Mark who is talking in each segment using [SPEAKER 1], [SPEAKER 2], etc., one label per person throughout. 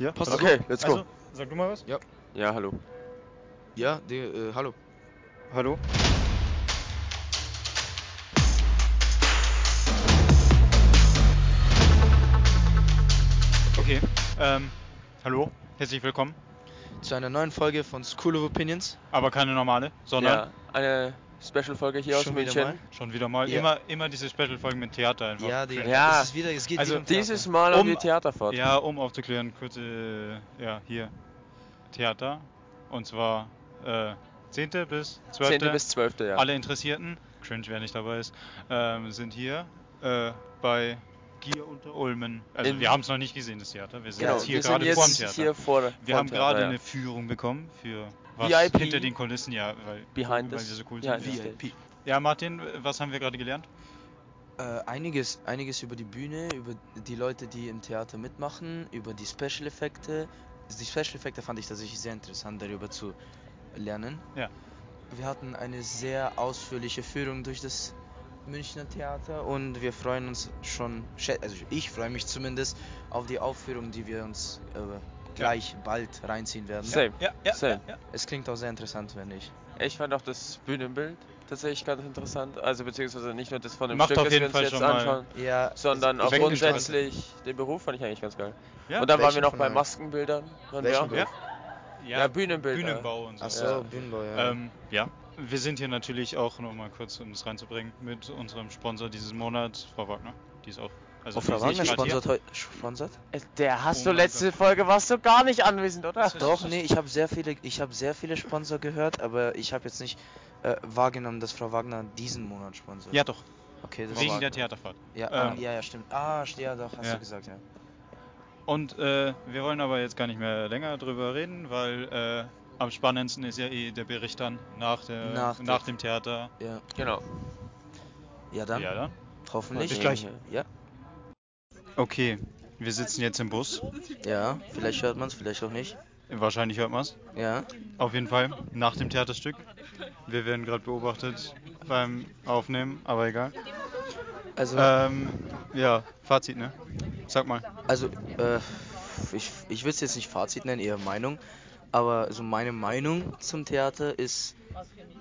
[SPEAKER 1] Ja,
[SPEAKER 2] Passt
[SPEAKER 1] also-
[SPEAKER 2] das
[SPEAKER 3] Okay, let's go.
[SPEAKER 1] Also, sag du mal was.
[SPEAKER 3] Ja, hallo.
[SPEAKER 2] Ja, die, äh, hallo.
[SPEAKER 1] Hallo? Okay, ähm, hallo, herzlich willkommen.
[SPEAKER 2] Zu einer neuen Folge von School of Opinions.
[SPEAKER 1] Aber keine normale, sondern
[SPEAKER 3] Ja, eine Special-Folge hier
[SPEAKER 2] Schon
[SPEAKER 3] aus
[SPEAKER 2] wieder
[SPEAKER 3] München.
[SPEAKER 1] schon wieder mal
[SPEAKER 2] Ja.
[SPEAKER 1] immer, immer diese Special-Folgen mit Theater einfach.
[SPEAKER 2] Ja, die,
[SPEAKER 1] Cringe.
[SPEAKER 3] Ja.
[SPEAKER 2] Es ist wieder, es geht
[SPEAKER 1] Also
[SPEAKER 2] wieder um
[SPEAKER 3] Dieses
[SPEAKER 2] Theater.
[SPEAKER 3] Mal haben
[SPEAKER 1] Um-
[SPEAKER 3] wir Theaterfahrt.
[SPEAKER 1] Ja, um aufzuklären, kurze, ja, hier, Theater. Und zwar, äh, 10. bis 12.
[SPEAKER 3] 10. bis 12. Ja.
[SPEAKER 1] Alle Interessierten, cringe, wer nicht dabei ist, ähm, sind hier äh, bei Gier unter Ulmen. Also
[SPEAKER 3] In-
[SPEAKER 1] wir haben es noch nicht gesehen, das Theater. Wir sind
[SPEAKER 3] Genau,
[SPEAKER 1] jetzt hier
[SPEAKER 3] wir sind
[SPEAKER 1] gerade
[SPEAKER 3] jetzt
[SPEAKER 1] vor dem Theater.
[SPEAKER 3] hier vor der-
[SPEAKER 1] wir
[SPEAKER 3] vorm
[SPEAKER 4] äh,
[SPEAKER 1] haben gerade
[SPEAKER 3] Theater,
[SPEAKER 1] eine
[SPEAKER 3] ja.
[SPEAKER 1] Führung bekommen für was
[SPEAKER 3] VIP.
[SPEAKER 1] hinter den Kulissen, ja, weil,
[SPEAKER 3] Behind
[SPEAKER 1] weil
[SPEAKER 3] us.
[SPEAKER 1] wir so cool
[SPEAKER 3] Ja,
[SPEAKER 1] sind.
[SPEAKER 3] ja.
[SPEAKER 1] Ja.
[SPEAKER 2] VIP.
[SPEAKER 1] ja, Martin, was haben wir gerade gelernt?
[SPEAKER 2] Äh, einiges, einiges über die Bühne, über die Leute, die im Theater mitmachen, über die Special Effekte. Die Special Effekte fand ich tatsächlich sehr interessant, darüber zu lernen.
[SPEAKER 1] Ja.
[SPEAKER 2] Wir hatten eine sehr ausführliche Führung durch das Münchner Theater und wir freuen uns schon, schä- also ich freue mich zumindest auf die Aufführung, die wir uns äh, gleich bald reinziehen werden.
[SPEAKER 3] Same.
[SPEAKER 1] Ja, ja,
[SPEAKER 3] Same.
[SPEAKER 1] ja, ja.
[SPEAKER 2] Es klingt auch sehr interessant, wenn ich.
[SPEAKER 3] Ich fand auch das Bühnenbild tatsächlich ganz interessant. Also beziehungsweise nicht nur das von dem
[SPEAKER 1] Macht
[SPEAKER 3] Stück,
[SPEAKER 1] auf
[SPEAKER 3] das
[SPEAKER 1] jeden
[SPEAKER 3] wir uns
[SPEAKER 1] Fall
[SPEAKER 3] jetzt
[SPEAKER 1] schon mal-
[SPEAKER 3] anschauen,
[SPEAKER 2] Ja,
[SPEAKER 3] sondern auch
[SPEAKER 1] Weg-
[SPEAKER 3] grundsätzlich den Beruf fand ich eigentlich ganz geil.
[SPEAKER 1] Ja,
[SPEAKER 3] und dann waren
[SPEAKER 2] welchen
[SPEAKER 3] wir noch
[SPEAKER 2] von
[SPEAKER 3] bei
[SPEAKER 2] allen?
[SPEAKER 3] Maskenbildern. waren wir
[SPEAKER 2] Welchen
[SPEAKER 3] auch.
[SPEAKER 2] Beruf?
[SPEAKER 1] ja.
[SPEAKER 3] Ja, Bühnenbild,
[SPEAKER 1] Bühnenbau und so.
[SPEAKER 2] Achso,
[SPEAKER 3] Ja.
[SPEAKER 2] Bühnenbau, ja.
[SPEAKER 1] Ähm, ja, wir sind hier natürlich auch nochmal kurz, um das reinzubringen, mit unserem Sponsor dieses Monats, Frau Wagner. Die ist auch. Also
[SPEAKER 2] oh, Frau
[SPEAKER 1] die ist
[SPEAKER 2] Wagner
[SPEAKER 1] nicht gerade hier.
[SPEAKER 2] sponsert heute. Sponsert?
[SPEAKER 3] Äh, Der hast
[SPEAKER 1] Oh
[SPEAKER 3] du
[SPEAKER 1] mein
[SPEAKER 3] letzte Folge warst du gar nicht anwesend, oder?
[SPEAKER 2] Doch, nee, ich habe sehr viele, ich habe sehr viele Sponsor gehört, aber ich habe jetzt nicht äh, wahrgenommen, dass Frau Wagner diesen Monat sponsert.
[SPEAKER 1] Ja, doch,
[SPEAKER 2] okay, das
[SPEAKER 1] wegen
[SPEAKER 2] war,
[SPEAKER 1] der Theaterfahrt.
[SPEAKER 2] ja, ah,
[SPEAKER 1] ähm,
[SPEAKER 2] ja, ja, stimmt. Ah, st- ja, doch, hast
[SPEAKER 1] ja.
[SPEAKER 2] du gesagt, ja.
[SPEAKER 1] Und äh, wir wollen aber jetzt gar nicht mehr länger drüber reden, weil äh, am spannendsten ist ja eh der Bericht dann nach, der,
[SPEAKER 2] Nach
[SPEAKER 1] nach,
[SPEAKER 2] dem-
[SPEAKER 1] dem Theater.
[SPEAKER 2] Ja,
[SPEAKER 3] Genau.
[SPEAKER 2] ja dann,
[SPEAKER 1] Ja, dann.
[SPEAKER 2] hoffentlich.
[SPEAKER 3] Bis gleich.
[SPEAKER 2] Ja,
[SPEAKER 1] Okay, wir sitzen jetzt im Bus.
[SPEAKER 2] ja, vielleicht hört man es, vielleicht auch nicht.
[SPEAKER 1] Wahrscheinlich hört man es.
[SPEAKER 2] Ja,
[SPEAKER 1] Auf jeden Fall, nach dem Theaterstück. Wir werden gerade beobachtet beim Aufnehmen, aber egal.
[SPEAKER 2] also,
[SPEAKER 1] Ähm, ja, Fazit, ne? Sag mal.
[SPEAKER 2] also, äh, ich, ich will es jetzt nicht Fazit nennen, eher Meinung, aber so meine Meinung zum Theater ist,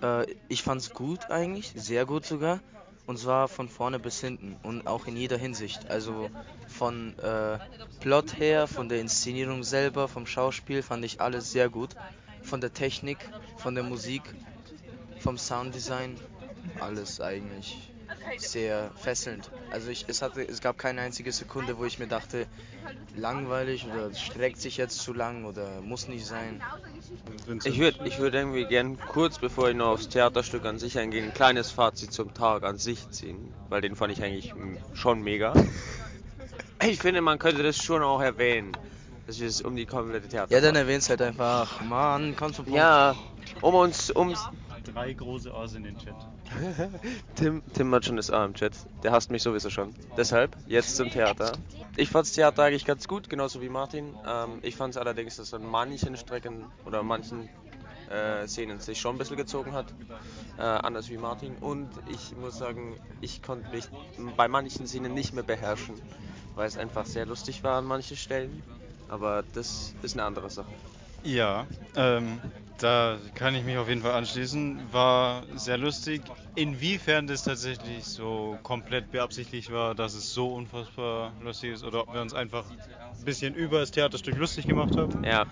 [SPEAKER 2] äh, ich fand es gut eigentlich, sehr gut sogar. Und zwar von vorne bis hinten und auch in jeder Hinsicht. Also von äh, Plot her, von der Inszenierung selber, vom Schauspiel fand ich alles sehr gut. Von der Technik, von der Musik, vom Sounddesign, alles eigentlich sehr fesselnd. Also ich, es, hatte, es gab keine einzige Sekunde, wo ich mir dachte, langweilig oder es streckt sich jetzt zu lang oder muss nicht sein.
[SPEAKER 4] Ich würde ich würd irgendwie gern kurz, bevor ich noch aufs Theaterstück an sich eingehe, ein kleines Fazit zum Tag an sich ziehen, weil den fand ich eigentlich mm, schon mega. Ich finde, man könnte das schon auch erwähnen, dass wir es um die komplette Theater.
[SPEAKER 2] Ja, dann erwähnst halt einfach, Mann, komm zum Punkt.
[SPEAKER 4] ja um uns, um
[SPEAKER 1] Drei große A's in den Chat.
[SPEAKER 4] Tim, Tim hat schon das A im Chat. Der hasst mich sowieso schon. Deshalb, jetzt zum Theater. Ich fand's Theater eigentlich ganz gut, genauso wie Martin. Ähm, ich fand's allerdings, dass an manchen Strecken oder an manchen äh, Szenen sich schon ein bisschen gezogen hat. Äh, anders wie Martin. Und ich muss sagen, ich konnte mich bei manchen Szenen nicht mehr beherrschen, weil es einfach sehr lustig war an manchen Stellen. Aber das ist eine andere Sache.
[SPEAKER 1] Ja, ähm, da kann ich mich auf jeden Fall anschließen. War sehr lustig. Inwiefern das tatsächlich so komplett beabsichtigt war, dass es so unfassbar lustig ist oder ob wir uns einfach ein bisschen über das Theaterstück lustig gemacht haben,
[SPEAKER 4] Ja,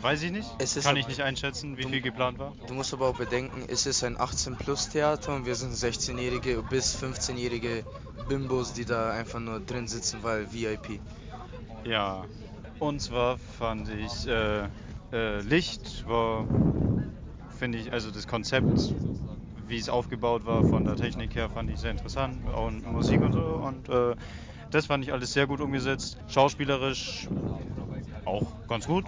[SPEAKER 1] weiß ich nicht.
[SPEAKER 2] Es ist
[SPEAKER 1] kann
[SPEAKER 2] aber-
[SPEAKER 1] ich nicht einschätzen, wie viel geplant war.
[SPEAKER 2] Du musst aber auch bedenken, es ist ein 18-Plus-Theater und wir sind 16-jährige bis 15-jährige Bimbos, die da einfach nur drin sitzen, weil VIP.
[SPEAKER 1] Ja, und zwar fand ich äh, äh, Licht war, finde ich, also das Konzept, wie es aufgebaut war, von der Technik her, fand ich sehr interessant und Musik und so und äh, das fand ich alles sehr gut umgesetzt. Schauspielerisch auch ganz gut,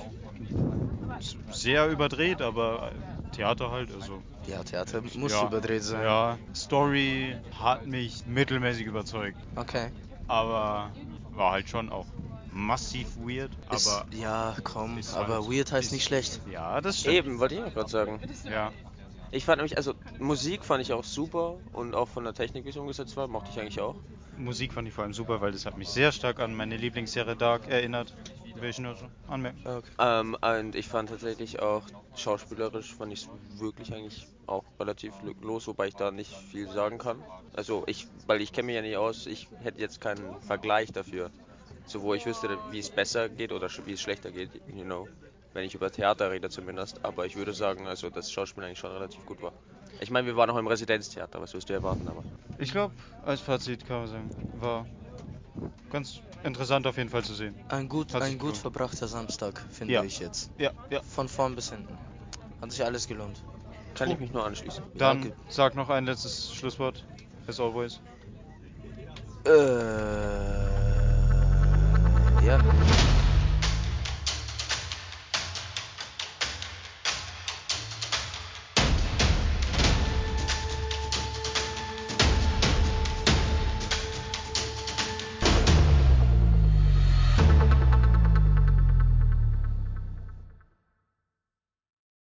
[SPEAKER 1] S- sehr überdreht, aber Theater halt, also
[SPEAKER 2] Ja, Theater muss
[SPEAKER 1] ja.
[SPEAKER 2] überdreht sein.
[SPEAKER 1] Ja, Story hat mich mittelmäßig überzeugt,
[SPEAKER 2] Okay.
[SPEAKER 1] aber war halt schon auch massiv weird, aber
[SPEAKER 2] Ist, ja, komm,
[SPEAKER 1] ist
[SPEAKER 2] aber
[SPEAKER 1] halt-
[SPEAKER 2] weird heißt
[SPEAKER 1] ist-
[SPEAKER 2] nicht schlecht.
[SPEAKER 1] Ja, das stimmt.
[SPEAKER 4] eben, wollte ich auch gerade sagen.
[SPEAKER 1] Ja.
[SPEAKER 4] Ich fand nämlich, also Musik fand ich auch super und auch von der Technik, wie es umgesetzt war, mochte ich eigentlich auch.
[SPEAKER 1] Musik fand ich vor allem super, weil das hat mich sehr stark an meine Lieblingsserie Dark erinnert. will ich nur so anmerken.
[SPEAKER 2] Ah,
[SPEAKER 4] Ähm, und ich fand tatsächlich auch schauspielerisch fand ich es wirklich eigentlich auch relativ glücklos, wobei ich da nicht viel sagen kann. Also ich, weil ich kenne mich ja nicht aus, ich hätte jetzt keinen Vergleich dafür. So wo ich wüsste, wie es besser geht oder sch- wie es schlechter geht, you know. Wenn ich über Theater rede zumindest, aber ich würde sagen, also das Schauspiel eigentlich schon relativ gut war. Ich meine, wir waren auch im Residenztheater, was wirst du erwarten, aber.
[SPEAKER 1] Ich glaube, als Fazit kann man sagen, war ganz interessant auf jeden Fall zu sehen.
[SPEAKER 2] Ein gut,
[SPEAKER 1] Hat sich
[SPEAKER 2] ein gut
[SPEAKER 1] gelohnt.
[SPEAKER 2] verbrachter Samstag, finde
[SPEAKER 1] Ja.
[SPEAKER 2] ich jetzt.
[SPEAKER 1] Ja, ja.
[SPEAKER 2] Von vorn bis hinten. Hat sich alles gelohnt.
[SPEAKER 4] Kann ich mich nur anschließen.
[SPEAKER 1] Dann
[SPEAKER 2] Danke.
[SPEAKER 1] sag noch ein letztes Schlusswort. As always.
[SPEAKER 2] Äh, ja.